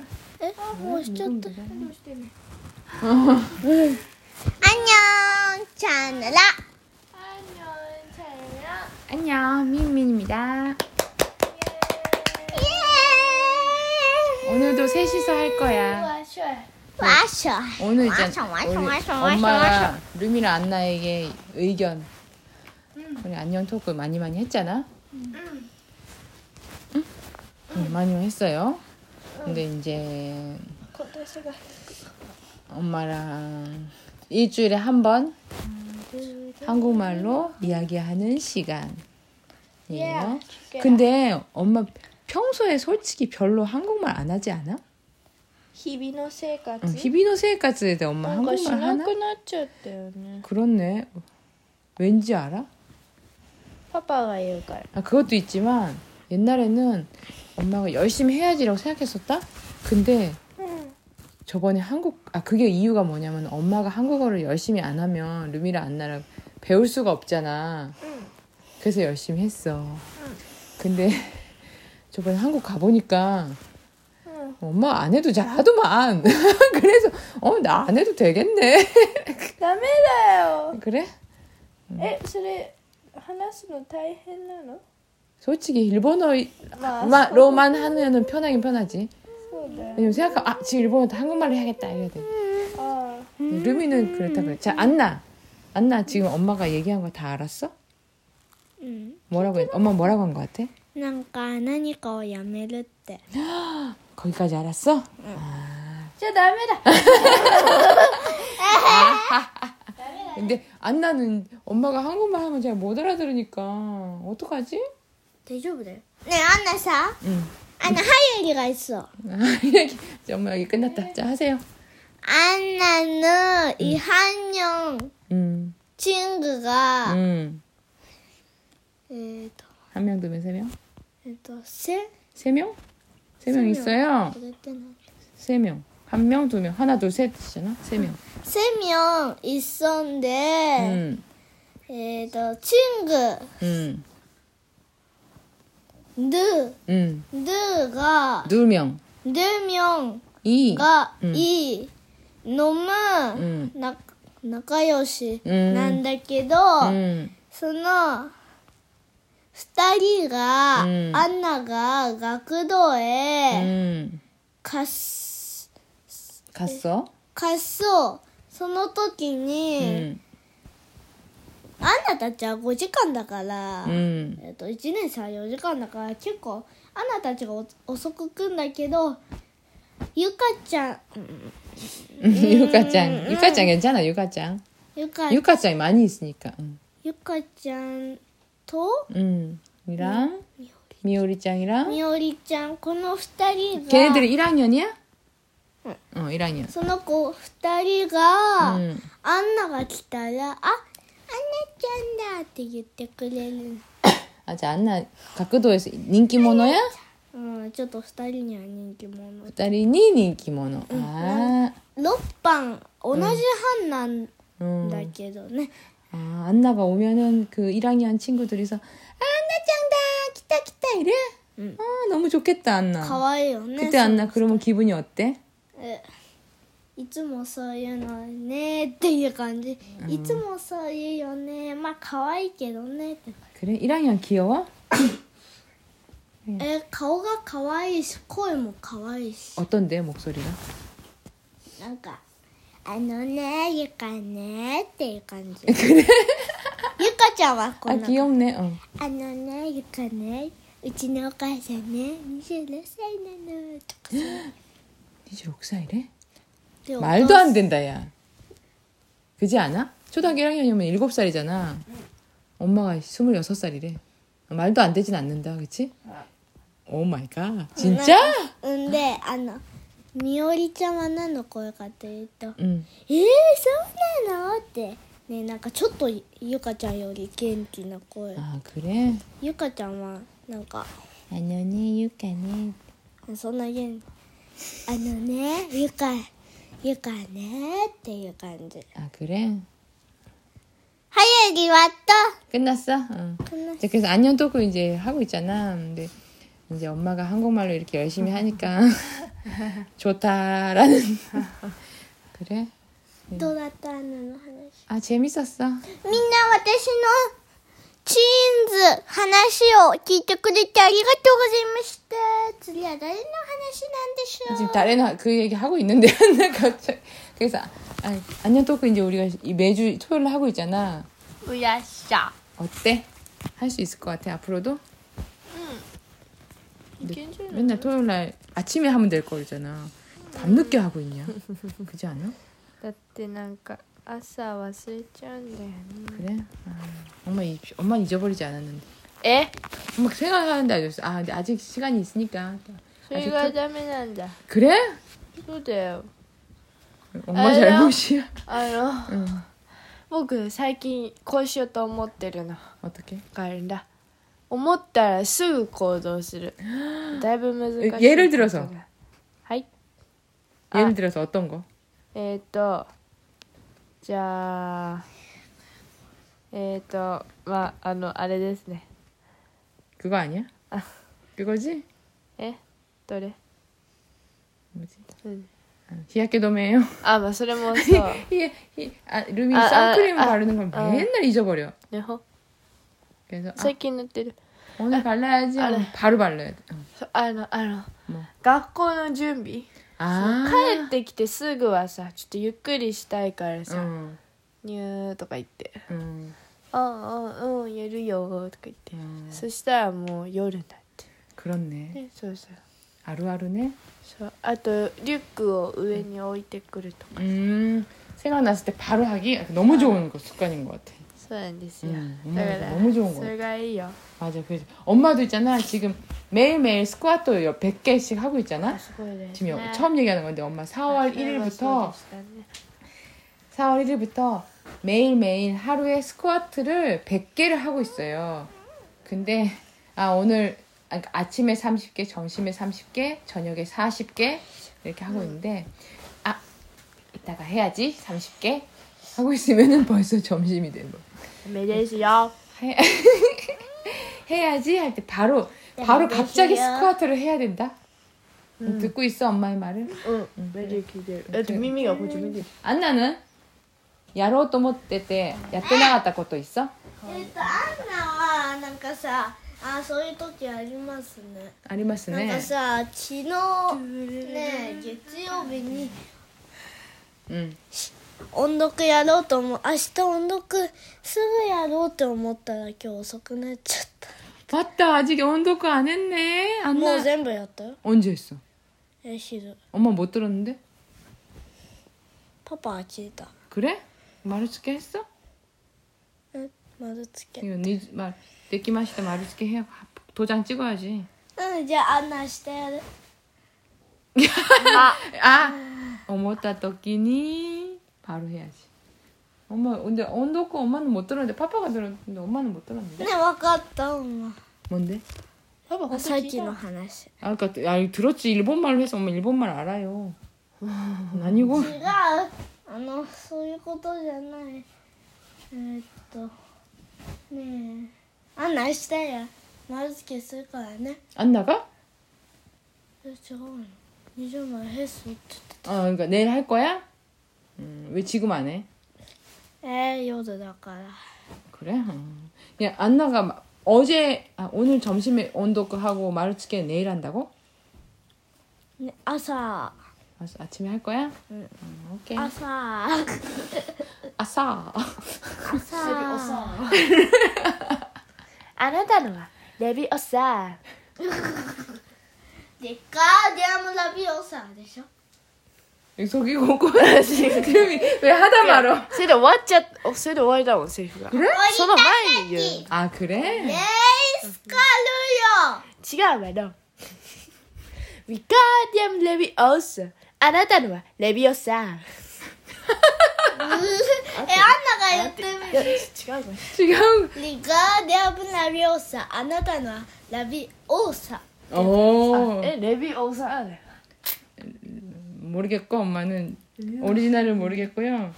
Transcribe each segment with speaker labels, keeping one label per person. Speaker 1: 押しちゃった。
Speaker 2: 안녕 자느라
Speaker 1: 안녕, 잘라.
Speaker 3: 안녕, 민민입니다.
Speaker 2: 예
Speaker 3: 오늘도 셋이서 할 거야.
Speaker 1: 우와, 슈아.
Speaker 2: 와쇼
Speaker 3: 오늘 이제
Speaker 2: 와쇼, 와쇼,
Speaker 3: 오늘
Speaker 2: 와쇼, 와쇼,
Speaker 3: 엄마가 루미랑 안나에게 의견 우리 안녕 토크 많이 많이 했잖아. 응? 응, 많이 했어요. 근데 이제
Speaker 1: 겉에서가.
Speaker 3: 엄마랑 일주일에 한 번 한국말로 이야기하는 시간이에요.
Speaker 1: Yeah.
Speaker 3: 근데 엄마 평소에 솔직히 별로 한국말 안 하지 않아?
Speaker 1: 日々の生
Speaker 3: 응,
Speaker 1: 活。
Speaker 3: 히비노 세이카츠에 대해
Speaker 1: な
Speaker 3: 엄마
Speaker 1: んかし
Speaker 3: 한국말 하나?
Speaker 1: なくなっちゃったよね。
Speaker 3: 그렇네. 왠지 알아?
Speaker 1: パパが言うから。
Speaker 3: 아, 그것도 있지만 옛날에는 엄마가 열심히 해야지라고 생각했었다. 근데 저번에 한국 아 그게 이유가 뭐냐면 엄마가 한국어를 열심히 안 하면 루미랑 안나랑 배울 수가 없잖아. 그래서 열심히 했어. 근데 저번에 한국 가보니까
Speaker 1: 응.
Speaker 3: 엄마 안 해도 잘하더만. 그래서 어 나 안 해도 되겠네.
Speaker 1: ダメだよ。
Speaker 3: 그래?
Speaker 1: え、それ話すの大変なの？
Speaker 3: 솔직히 일본어
Speaker 1: まあ、
Speaker 3: 마- 로만 하면은 편하긴 편하지.
Speaker 1: そうだよ。
Speaker 3: 왜냐면 생각하면 아 지금 일본어 한국말로 해야겠다 이래야 돼.
Speaker 1: あ
Speaker 3: 루미는 그렇다 그래. 자 안나, 안나 지금 엄마가 얘기한 거 다 알았어?
Speaker 2: 응.
Speaker 3: 뭐라고 했? 엄마 뭐라고 한 거 같아?
Speaker 2: なんか何かをやめるって
Speaker 3: 거기까지 알았어?
Speaker 1: あ、じゃあダメだ。
Speaker 3: 근데 안나는 엄마가 한국말 하면 잘 못 알아들으니까 어떡하지?
Speaker 2: 大丈夫だよねえアンナさ
Speaker 3: 응.
Speaker 2: アンナハユリが있어
Speaker 3: 아, 얘기, 자, 엄마 여기 끝났다. 자 하세요.
Speaker 2: アンナのイハニョン
Speaker 3: 음,
Speaker 2: チングが、
Speaker 3: 음.
Speaker 2: えっ、と
Speaker 3: 한 명, 두 명, 세 명?
Speaker 2: えっ、とせ
Speaker 3: 세 명? 세 명 있어요.
Speaker 2: これって何
Speaker 3: 세 명. 한 명, 두 명, 하나, 둘, 셋이잖아. 세 명.
Speaker 2: 세명있었는데
Speaker 3: 음,
Speaker 2: 에と친구
Speaker 3: 음,
Speaker 2: 누
Speaker 3: 음.
Speaker 2: 누가
Speaker 3: 두 명.
Speaker 2: 네 명가
Speaker 3: 이. 음.
Speaker 2: 이 너무
Speaker 3: 음.
Speaker 2: 나仲良し
Speaker 3: 음.
Speaker 2: なんだけど、
Speaker 3: 음.
Speaker 2: その二人が、
Speaker 3: うん
Speaker 2: アンナが学童へ
Speaker 3: 음.
Speaker 2: 貸す
Speaker 3: 갔어?
Speaker 2: 貸そうその時に、
Speaker 3: 음.
Speaker 2: アンナたちは5時間だから、
Speaker 3: 음.
Speaker 2: えっと、1年生は4時間だから結構アナたちがお遅く来んだけどゆかちゃん
Speaker 3: 유카짱. 유카짱 괜찮아, 유카짱.
Speaker 2: ゆか
Speaker 3: 유카짱이 많이 있으니까. 응.
Speaker 2: ゆかちゃんと
Speaker 3: 음. 이랑 미오리짱이랑
Speaker 2: みおりちゃんこの2人が
Speaker 3: 걔네들이 1학년이야? 어, 1학년.
Speaker 2: その子2人が、
Speaker 3: 음.
Speaker 2: アンナが来たら「あアンナちゃんだ」って言ってくれる
Speaker 3: 아자 안나 각도에서 인기모노야?
Speaker 2: うんちょっと2人には人気者
Speaker 3: 딸이니 인기모노. 아.
Speaker 2: 6番同じ班なんだ
Speaker 3: 음.
Speaker 2: けどね、
Speaker 3: 아, 안나가 오면은 그 1학년 친구들이서 안나짱다. 기타 기타 이래.
Speaker 2: 응.
Speaker 3: 아, 너무 좋겠다, 안나.
Speaker 2: かわいいよね
Speaker 3: 그때 안나 그러면 기분이 어때?
Speaker 2: えいつもそういうのねっていう感じ、いつもそういうよねまあ可愛いけどねって
Speaker 3: 그래? 1학년 귀여워?
Speaker 2: え顔が可愛いし声も可愛いし
Speaker 3: 어떤데 목소리가? 아,
Speaker 2: なんか「あのねゆかね」っていう感じゆかちゃんはこ
Speaker 3: 아
Speaker 2: んな
Speaker 3: 귀엽네. 어.
Speaker 2: あのねゆかねうちのお母さんね26歳なのとか
Speaker 3: 26살이래?
Speaker 2: で
Speaker 3: 말도 안 된다 야. 그지 않아? 초등학교 1학년이면 7살이잖아. 엄마가 26살이래. 말도 안 되진 않는다. 그치? 오 마이 갓. 진짜?
Speaker 2: うんであのみおりちゃんは何の声かというと
Speaker 3: 응.
Speaker 2: えー、そうなのってねなんかちょっとゆかちゃんより元気な声
Speaker 3: 아 그래?
Speaker 2: ゆかちゃんはなんか
Speaker 3: 안녕히 유카니.
Speaker 2: そんな元気あのねゆかゆかねっていう感じ
Speaker 3: 아 그래?
Speaker 2: 早い終わった
Speaker 3: 끝났어? 응.
Speaker 2: 끝났어.
Speaker 3: 이제 그래서 안녕 토크 이제 하고 있잖아. 근데 이제 엄마가 한국말로 이렇게 열심히 하니까 좋다라는 그래
Speaker 2: どうだったアナの話みんな
Speaker 3: 아
Speaker 2: 私
Speaker 3: 재밌었어
Speaker 2: のチーンズ話を聞いてくれてありがとうございました次は誰の話なんでしょう
Speaker 3: 지금 다른 그 얘기 하고 있는데 나 갑자기 그래서 아, 안녕 토크 이제 우리가 이 매주 토요일 하고 있잖아
Speaker 1: うやっしゃ
Speaker 3: 어때 할 수 있을 것 같아 앞으로도
Speaker 1: いけんじゃない
Speaker 3: 맨날 토요일 날 아침에 하면 될 거잖아 밤늦게 하고 있냐 그지 않아
Speaker 1: だってなんか朝忘れちゃうんだよね
Speaker 3: 그래 아, 엄마 잊 엄마 잊어버리지 않았는데
Speaker 1: え
Speaker 3: 엄마 생각하는데 알려줬어 아 근데 아직 시간이 있으니까
Speaker 1: それがダメなんだ
Speaker 3: 그래
Speaker 1: そうだよ
Speaker 3: 엄마
Speaker 1: 알아요.
Speaker 3: 잘못이야
Speaker 1: あ
Speaker 3: う
Speaker 1: の、
Speaker 3: ん
Speaker 1: 僕最近こうしようと思ってるの
Speaker 3: 어떻게
Speaker 1: があるんだ思ったらすぐ行動す るだいぶ難しい
Speaker 3: え예를들어서
Speaker 1: はい 아.
Speaker 3: 예를 들어서 어떤 거
Speaker 1: えっ、ー、とじゃあえっ、ー、とまああのあれですね
Speaker 3: 그거 아니야
Speaker 1: 아.
Speaker 3: 그거지
Speaker 1: えどれ
Speaker 3: 뭐지
Speaker 1: 네.
Speaker 3: 아, 희약해도매요
Speaker 1: あまあそれもそう
Speaker 3: 예, 예, 아, 루미
Speaker 1: 아, 아,
Speaker 3: 선크림
Speaker 1: 아,
Speaker 3: 바르는 걸
Speaker 1: 아.
Speaker 3: 맨날 잊어버려.
Speaker 1: ねほ
Speaker 3: 그래서 아,
Speaker 1: 最近塗ってる
Speaker 3: 오늘 발라야지 하면
Speaker 1: 아,
Speaker 3: 바로 발라야 돼. 어, 뭐.
Speaker 1: そあのあの
Speaker 3: もう
Speaker 1: 学校の準備
Speaker 3: 아,
Speaker 1: 帰ってきてすぐはさちょっとゆっくりしたいからさ「
Speaker 3: 응,
Speaker 1: ニュー」とか言って
Speaker 3: 응,
Speaker 1: 「ああうんやるよ」とか言って、
Speaker 3: 응.
Speaker 1: そしたらもう夜になって
Speaker 3: 음. 그렇네.
Speaker 1: ねそうそう
Speaker 3: 아루아루네.
Speaker 1: そうあとリュックを上に置いてくるとか、
Speaker 3: 음, 생각났을 때 바로 하기 아, 그 너무 좋은 거 습관인 것 같아.
Speaker 1: そうなんですよ、
Speaker 3: 음,
Speaker 1: だ
Speaker 3: 엄마도
Speaker 1: から
Speaker 3: 너무 좋은 것
Speaker 1: そ
Speaker 3: 같아.
Speaker 1: れがいいよ
Speaker 3: 맞아, 그래서 엄마도 있잖아. 지금 매일매일 스쿼트 100개씩 하고 있잖아.
Speaker 1: すごいです、
Speaker 3: 지금
Speaker 1: ね、
Speaker 3: 처음 얘기하는 건데 엄마 4월
Speaker 1: 네,
Speaker 3: 1일부터
Speaker 1: そうでしたね
Speaker 3: 4월 1일부터 매일매일 하루에 스쿼트를 100개를 하고 있어요. 근데 아 오늘 아, 그러니까 아침에 30개, 점심에 30개, 저녁에 40개 이렇게 하고 있는데 아 이따가 해야지 30개 하고 있으면은 벌써 점심이 되는 거.
Speaker 1: めでしよ
Speaker 3: 해- 해야지 할 때 바로 바로 갑자기 스쿼트를 해야 된다. 음. 듣고 있어 엄마의 말을.
Speaker 1: うんめで聞いてるだって耳がこっち見てる
Speaker 3: 안나는 야로 또 못때때 야때 나갔다 것도 있어?
Speaker 2: えっとアンナはなんかさあそういう時ありますね
Speaker 3: あります
Speaker 2: なんか
Speaker 3: ね。
Speaker 2: さ昨日ね月曜日に
Speaker 3: うん。
Speaker 2: 音読やろうと思う明日音読すぐやろうと思ったら今日遅くなっちゃった
Speaker 3: 맞다아직언덕안했네안나
Speaker 2: もう全部やったよ
Speaker 3: 언제했어
Speaker 2: え昼
Speaker 3: 엄마못들었는데
Speaker 2: パパは聞いた
Speaker 3: 그래마루츠케했어
Speaker 2: うん丸つけ
Speaker 3: 이거네말내끼마시다마루츠케해도장찍어야지
Speaker 2: うんじゃあアンナ明日やる
Speaker 3: 아어머다떡끼니바로해야지엄마근데언덕고엄마는못들었는데파파가들었는데엄마는못들었는데
Speaker 2: ね分かったうん
Speaker 3: 뭔데
Speaker 1: パパ本当
Speaker 2: さっ
Speaker 1: に聞い
Speaker 2: き
Speaker 1: た
Speaker 2: の話
Speaker 3: 아까아들었지일본말로해서엄마일본말알아요아니고
Speaker 2: 違うあのそういうことじゃないえーっとねえアンナ明日や丸つけするからね
Speaker 3: 안나가
Speaker 2: え違うの20枚ヘスって言って
Speaker 3: 아그러니까내일할거야음왜지금안해
Speaker 2: たえー、夜だから
Speaker 3: 그래? 음. 그냥 안나가 마- 어제 아, 오늘 점심에 온도크 하고 마르츠케 내일 한다고?
Speaker 2: ね朝
Speaker 3: 아, 아침에 할 거야?
Speaker 2: 응.
Speaker 3: 음, 오케이.
Speaker 2: 朝
Speaker 3: 아싸.
Speaker 1: あなたのはレビオサ
Speaker 2: でカーディアムラビオサでしょ
Speaker 3: 속이 고고야 지금이 왜 하다 말어?
Speaker 1: それで終わっちゃおそれで終わりだもんセリフがその前に言う
Speaker 3: 아 그래?
Speaker 2: イスカルよ
Speaker 1: 違うわよウィカーディアム・レビオーサあなたのはレビオサ
Speaker 2: え、アンナが言ってみる。
Speaker 1: 違うわ
Speaker 3: 지금
Speaker 2: リガーディアムラビオサ、あなたのはラビオーサ。
Speaker 3: 오
Speaker 1: えレビオーサだよ
Speaker 3: 어, 모르겠고 엄마는 오리지널을 모르겠고요.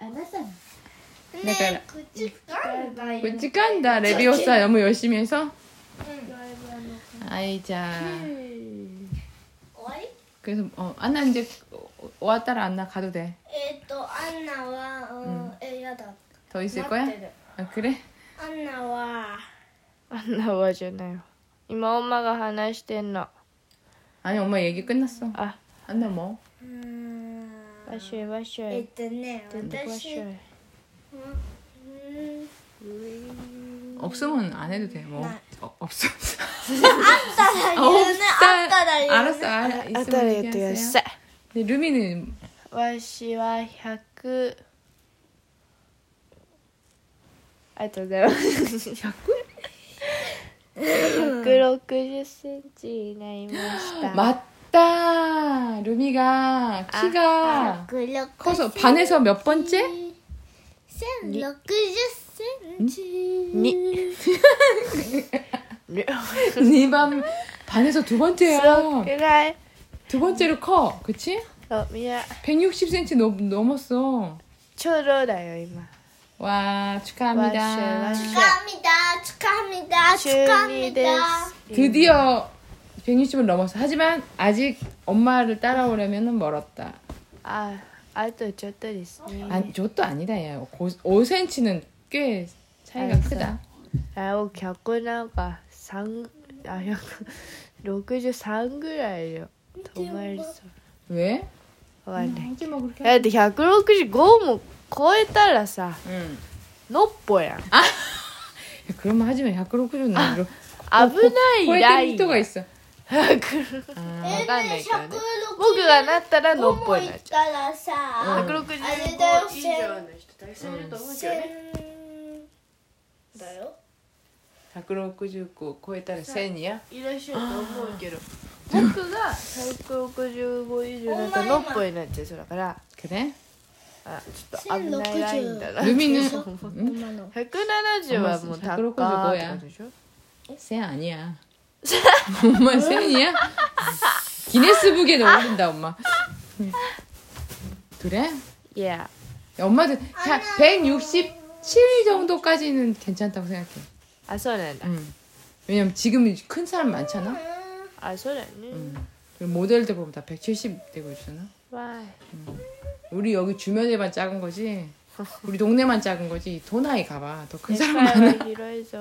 Speaker 2: あなたの。ね
Speaker 3: だから
Speaker 2: え、口かんだよ。
Speaker 3: 그치 깐다 레비오사 너무 열심히 해서. 아이 자.
Speaker 2: 終わり
Speaker 3: 그래서 어, 안나 이제 왔다라 안나 가도 돼.
Speaker 2: えっとアンナは、うんえやだ
Speaker 3: 더 있을
Speaker 2: 待
Speaker 3: 거야?
Speaker 2: ってる
Speaker 3: 아, 그래?
Speaker 2: アンナは
Speaker 1: あんなわじゃないわ今엄마が話してんの
Speaker 3: 아니 엄마 얘기 끝났어.
Speaker 1: あ
Speaker 3: 안나 뭐?
Speaker 2: うーん
Speaker 1: わっしょいわっしょ
Speaker 2: えっ
Speaker 1: い
Speaker 2: とね
Speaker 1: わっし
Speaker 2: 私
Speaker 1: ょい
Speaker 2: うんうん
Speaker 3: 없으면 안 해도 돼. 뭐
Speaker 2: 나-
Speaker 3: 어, 없어.
Speaker 2: あったら言うねあったら言うね
Speaker 3: 알았어. 알, 있으면
Speaker 1: あたら言ってくだ
Speaker 3: 얘기하세요.
Speaker 1: さい
Speaker 3: 근데 루미는
Speaker 1: わしは100ありがとうございます160センチになりました。
Speaker 3: 맞다. 루미가 키가
Speaker 1: 아,
Speaker 2: 160
Speaker 3: 커서 반에서 몇 번째? 예?
Speaker 2: 1060
Speaker 1: に
Speaker 2: cm
Speaker 1: に
Speaker 3: 네반 반에서 두
Speaker 1: そ
Speaker 3: 번째야.
Speaker 1: くらい。
Speaker 3: 두 번째로 커. 그치?
Speaker 1: そうみんな
Speaker 3: 160cm 넘, 넘었어.
Speaker 1: ちょうどだよ今。
Speaker 3: 와 축하합니다.
Speaker 1: 와, 씨, 와, 씨.
Speaker 2: つかみだつかみだ
Speaker 3: 네.
Speaker 2: つか
Speaker 1: 中
Speaker 2: み
Speaker 1: 二
Speaker 2: だ
Speaker 1: です。
Speaker 3: 드디어 160을 넘었어. 하지만 아직 엄마를 따라오려면 멀었다.
Speaker 1: あ、あとちょっとですね。
Speaker 3: 아니, 저것도 아니다. 얘. 고- 5cm는 꽤 차이가
Speaker 1: 알았어.
Speaker 3: 크다.
Speaker 1: あ、お100なんか三あ163ぐらいよ。止まりそう。
Speaker 3: 왜?
Speaker 1: わかんない。
Speaker 3: 하지 마 그렇게.
Speaker 1: だって165も超えたらさ、
Speaker 3: 응.
Speaker 1: のっぽやん。
Speaker 3: 야, 그런 말 하지 마. 160은 아니고.
Speaker 1: 危ないラ
Speaker 3: 거의 1
Speaker 1: イン。
Speaker 3: 0가 있어.
Speaker 2: 네,
Speaker 1: 160
Speaker 3: 아,
Speaker 1: わかんないけどね
Speaker 2: 160。
Speaker 3: 뭐
Speaker 1: 僕がなったらのっぽ
Speaker 2: 思
Speaker 1: に
Speaker 2: い
Speaker 1: なっちゃ
Speaker 2: たらさ、あ
Speaker 1: う。165
Speaker 2: れだよ
Speaker 1: 以
Speaker 2: 千
Speaker 1: 上の人たくさんいると思うけどね。
Speaker 2: 千だよ。
Speaker 3: 아, 169 코에따라 센이야?
Speaker 1: いらっしゃると思うけど。僕が165以上だったらのっぽになっちゃいそうだから、
Speaker 3: 그래?
Speaker 1: あ、ちょっと危ないラインだな。
Speaker 3: ルミヌ
Speaker 2: 今の。
Speaker 1: 170はもう高いってことでしょ
Speaker 3: 센 아니야. 엄마 센이야? 기네스북에 넣어준다 엄마. 그래?
Speaker 1: いや、
Speaker 3: 엄마도 167 정도까지는 괜찮다고 생각해.
Speaker 1: あ、そうなんだ。
Speaker 3: 응. 왜냐면 지금 큰 사람 많잖아.
Speaker 1: あ、そうだよね。
Speaker 3: 응. 그리고 모델들 보면 다 170 되고 있잖아.
Speaker 1: わい。
Speaker 3: 우리 여기 주변에만 작은 거지. 우리 동네만 작은 거지. 도나이 가봐. 더 큰
Speaker 1: 世界
Speaker 3: 사람 많아.
Speaker 1: は広いぞ。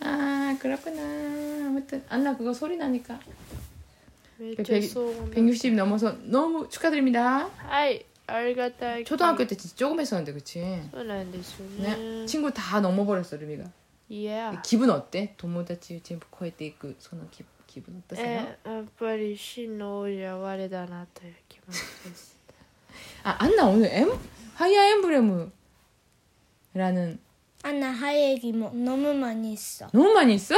Speaker 3: 아 그렇구나. 아무튼 안나 그거 소리 나니까
Speaker 1: めっちゃそう思う。
Speaker 3: 160 넘어서 너무 축하드립니다.
Speaker 1: はい、ありがたい。
Speaker 3: 초등학교 때 진짜 조금 했었는데 그치?
Speaker 1: そうなんですよね
Speaker 3: 네. 。 친구 다 넘어버렸어 루미가.
Speaker 1: いや。
Speaker 3: 기분 어때? 도모다치 지금 코에 떼고 손은 기, 기분
Speaker 1: え
Speaker 3: 어떠세요?
Speaker 1: やっぱり真の王者は我だなという気持ちです
Speaker 3: 아 안나 오늘 엠 하이아 엠브레무라는
Speaker 2: アンナハイエギ
Speaker 3: 뭐
Speaker 2: も飲むまにした
Speaker 3: 너무 많이 있어?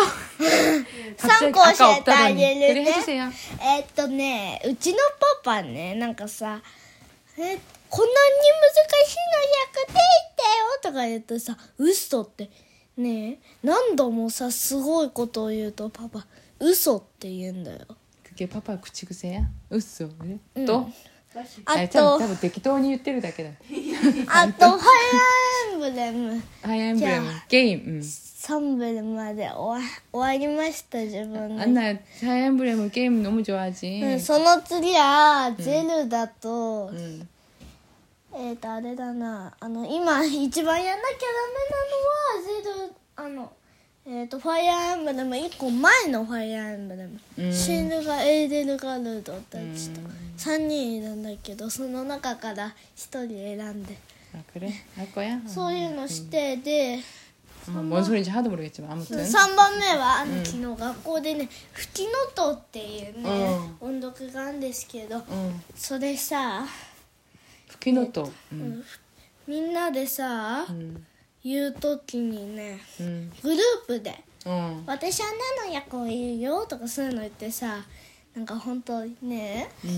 Speaker 3: 갑자기
Speaker 2: 참고하셔야
Speaker 3: 아까 없다더니
Speaker 2: 돼, 알려줄
Speaker 3: 그래
Speaker 2: 때?
Speaker 3: 해주세요.
Speaker 2: えーっとねうちのパパねなんかさ「えこんなに難しいの100点いったよ」とか言ってさ「嘘ってねえ何度もさすごいことを言うとパパ「嘘って言うんだよ
Speaker 3: 그게 파파 구치구세야? 웃어 그래?
Speaker 2: 응.
Speaker 3: 또?
Speaker 2: あ
Speaker 3: 아니,
Speaker 2: と
Speaker 3: 참, 참,適当に言ってるだけだ.
Speaker 2: あと「ファイアーエンブレム
Speaker 3: 하이아 엠브레무
Speaker 2: 자.
Speaker 3: 게임. 음.
Speaker 2: 3部まで終わ終わりました自分で、
Speaker 3: 안나 하이아 엠브레무 게임 너무
Speaker 2: うん、
Speaker 3: 좋아하지.
Speaker 2: その次はゼルダと、
Speaker 3: 응.
Speaker 2: えっ、とあれだなあの今一番やんなきゃダメなのはゼルあのえっ、とファイアーエンブレム一個前のファイアーエンブレム、
Speaker 3: うん
Speaker 2: シンルがエーデルガルドたちと
Speaker 3: 음.
Speaker 2: 三人いるんだけどその中から一人選んで、
Speaker 3: 아 그래? 할 거야? 어.
Speaker 2: そういうのしてで
Speaker 3: 어, 뭔 소리인지 하나도 모르겠지만 아무튼
Speaker 2: 3番目はあの昨日学校でね「フキノト」っていうね、音読があるんですけど
Speaker 3: 응.
Speaker 2: それさ、
Speaker 3: 후키노토 음. 응.
Speaker 2: みんなでさ、
Speaker 3: 응.
Speaker 2: 言う時にね
Speaker 3: 응.
Speaker 2: グループで
Speaker 3: 음, 어.
Speaker 2: 私は何の役を言うよとかそういうの言ってさなんか本当にね
Speaker 3: 응.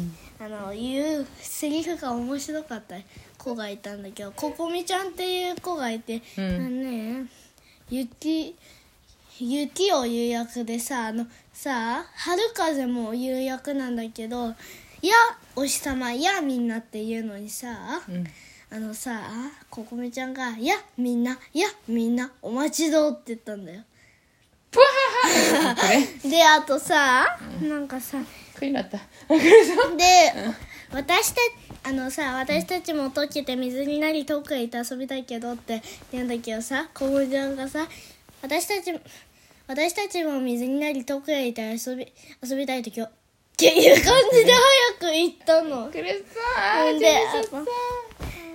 Speaker 2: あの言うセリフが面白かった子がいたんだけどここみちゃんっていう子がいて、
Speaker 3: う
Speaker 2: あ
Speaker 3: ん
Speaker 2: のね雪雪を言う役でさあのさ春風も言う役なんだけど「やお日様やみんな」っていうのにさ、
Speaker 3: 응.
Speaker 2: あのさここみちゃんが「やみんなやみんなお待ちどう」って言ったんだよ。
Speaker 3: 그래?
Speaker 2: であとさなんかさ
Speaker 3: 큰일 났다.
Speaker 2: で私たあのさ私たちも溶けて水になり遠くへ行って遊びたいけどって言うんだけどさ小室ちゃんがさ私たち私たちも水になり遠くへ行って遊び遊びたい時をっていう感じで早く行ったの。
Speaker 3: 그랬어.
Speaker 2: 근데
Speaker 3: 재밌었어.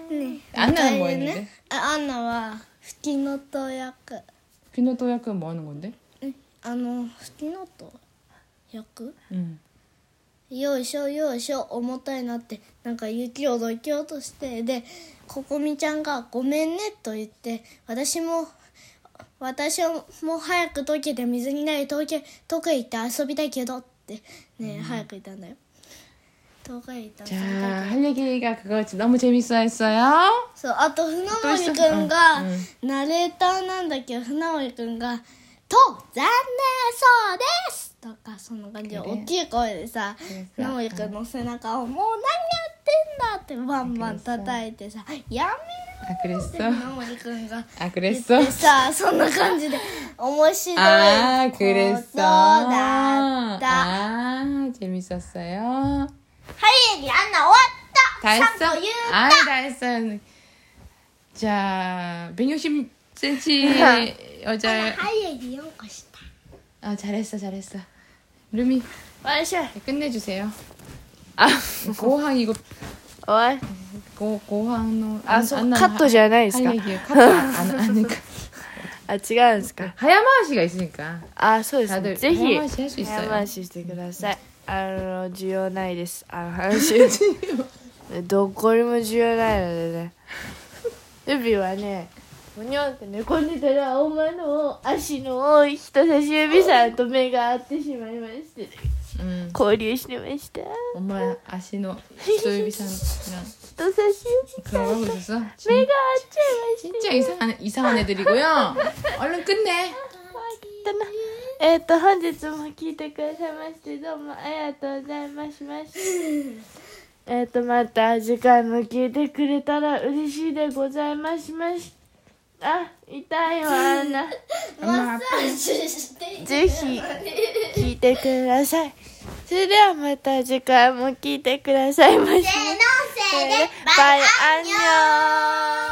Speaker 2: 네.
Speaker 3: 안나는 뭐
Speaker 2: 아이는?
Speaker 3: 했는데?
Speaker 2: 아, 안나와 후키노토 약.
Speaker 3: 귀노토 약은 뭐 하는 건데?
Speaker 2: 응, 아노 후키노토 약?
Speaker 3: 응.
Speaker 2: よいしょよいしょ重たいなってなんか雪をどけようとしてでここみちゃんが「ごめんね」と言って私も私も早く溶けて水になり溶け溶け行って遊びたいけどってね、早く行ったんだよ溶け行った
Speaker 3: 자, 할 얘기가 그거였지. 너무 재밌어 했어요.
Speaker 2: そうあと船森くんがナレーターなんだけど船森くんが「と残念そうです!」とかそんな感じで
Speaker 3: ね
Speaker 2: 大きい声でさ
Speaker 3: ね
Speaker 2: 船森くんの背中を「もう何やってんだ!」ってバンバン叩いてさ「や
Speaker 3: 아
Speaker 2: め
Speaker 3: 그랬어.
Speaker 2: ろ!」って船森くんが
Speaker 3: 아
Speaker 2: 言っ
Speaker 3: 그랬어.
Speaker 2: てさそんな感じで面白い
Speaker 3: 아
Speaker 2: こと
Speaker 3: 그랬어.
Speaker 2: だった。
Speaker 3: 아, 재밌었어요.
Speaker 2: はい、リアンナ終わった
Speaker 3: 다
Speaker 2: 3
Speaker 3: 했어?
Speaker 2: 個言う
Speaker 3: 아이, 다 했어요. 자, 160cm 여자.
Speaker 2: ハイエリ4個した。
Speaker 3: 아, 잘했어, 잘했어. 루미,
Speaker 1: よいしょ
Speaker 3: 끝내주세요. 아,
Speaker 1: あ
Speaker 3: 고항 이거
Speaker 1: おい
Speaker 3: 고 고항노
Speaker 1: あそうカットじゃないですか
Speaker 3: 얘기예요. 카트 안 하니까.
Speaker 1: あ違うんですか
Speaker 3: 하야마와시가 있으니까
Speaker 1: あそうですね
Speaker 3: 다들
Speaker 1: ぜひ
Speaker 3: 하야마와시 할 수
Speaker 1: 早
Speaker 3: 있어요.
Speaker 1: 回ししてくださいあの需要ないですあの話どこにも需要ないのでねルビーはねむにょんって寝込んでたらお前の足の人差し指さんと目が合ってしまいまして
Speaker 3: 음,
Speaker 1: 交流してました
Speaker 3: 엄마 아시노 히토유비상이랑
Speaker 1: 人差し指
Speaker 3: 그런 거 하고 있었어. 진-
Speaker 1: 目が合っちゃいました
Speaker 3: 진짜 이상한 이상한 애들이고요. 얼른 끝내.
Speaker 1: だなえっ、と本日も聞いてくださいましてどうもありがとうございますますえっとまた次回も聞いてくれたら嬉しいでございますますあ痛いわあんな
Speaker 3: 엄마 아파.
Speaker 2: して
Speaker 1: ぜひ聞いてくださいそれではまた次回も聞いてくださいまし
Speaker 2: せーのせーで
Speaker 1: バイアンニョン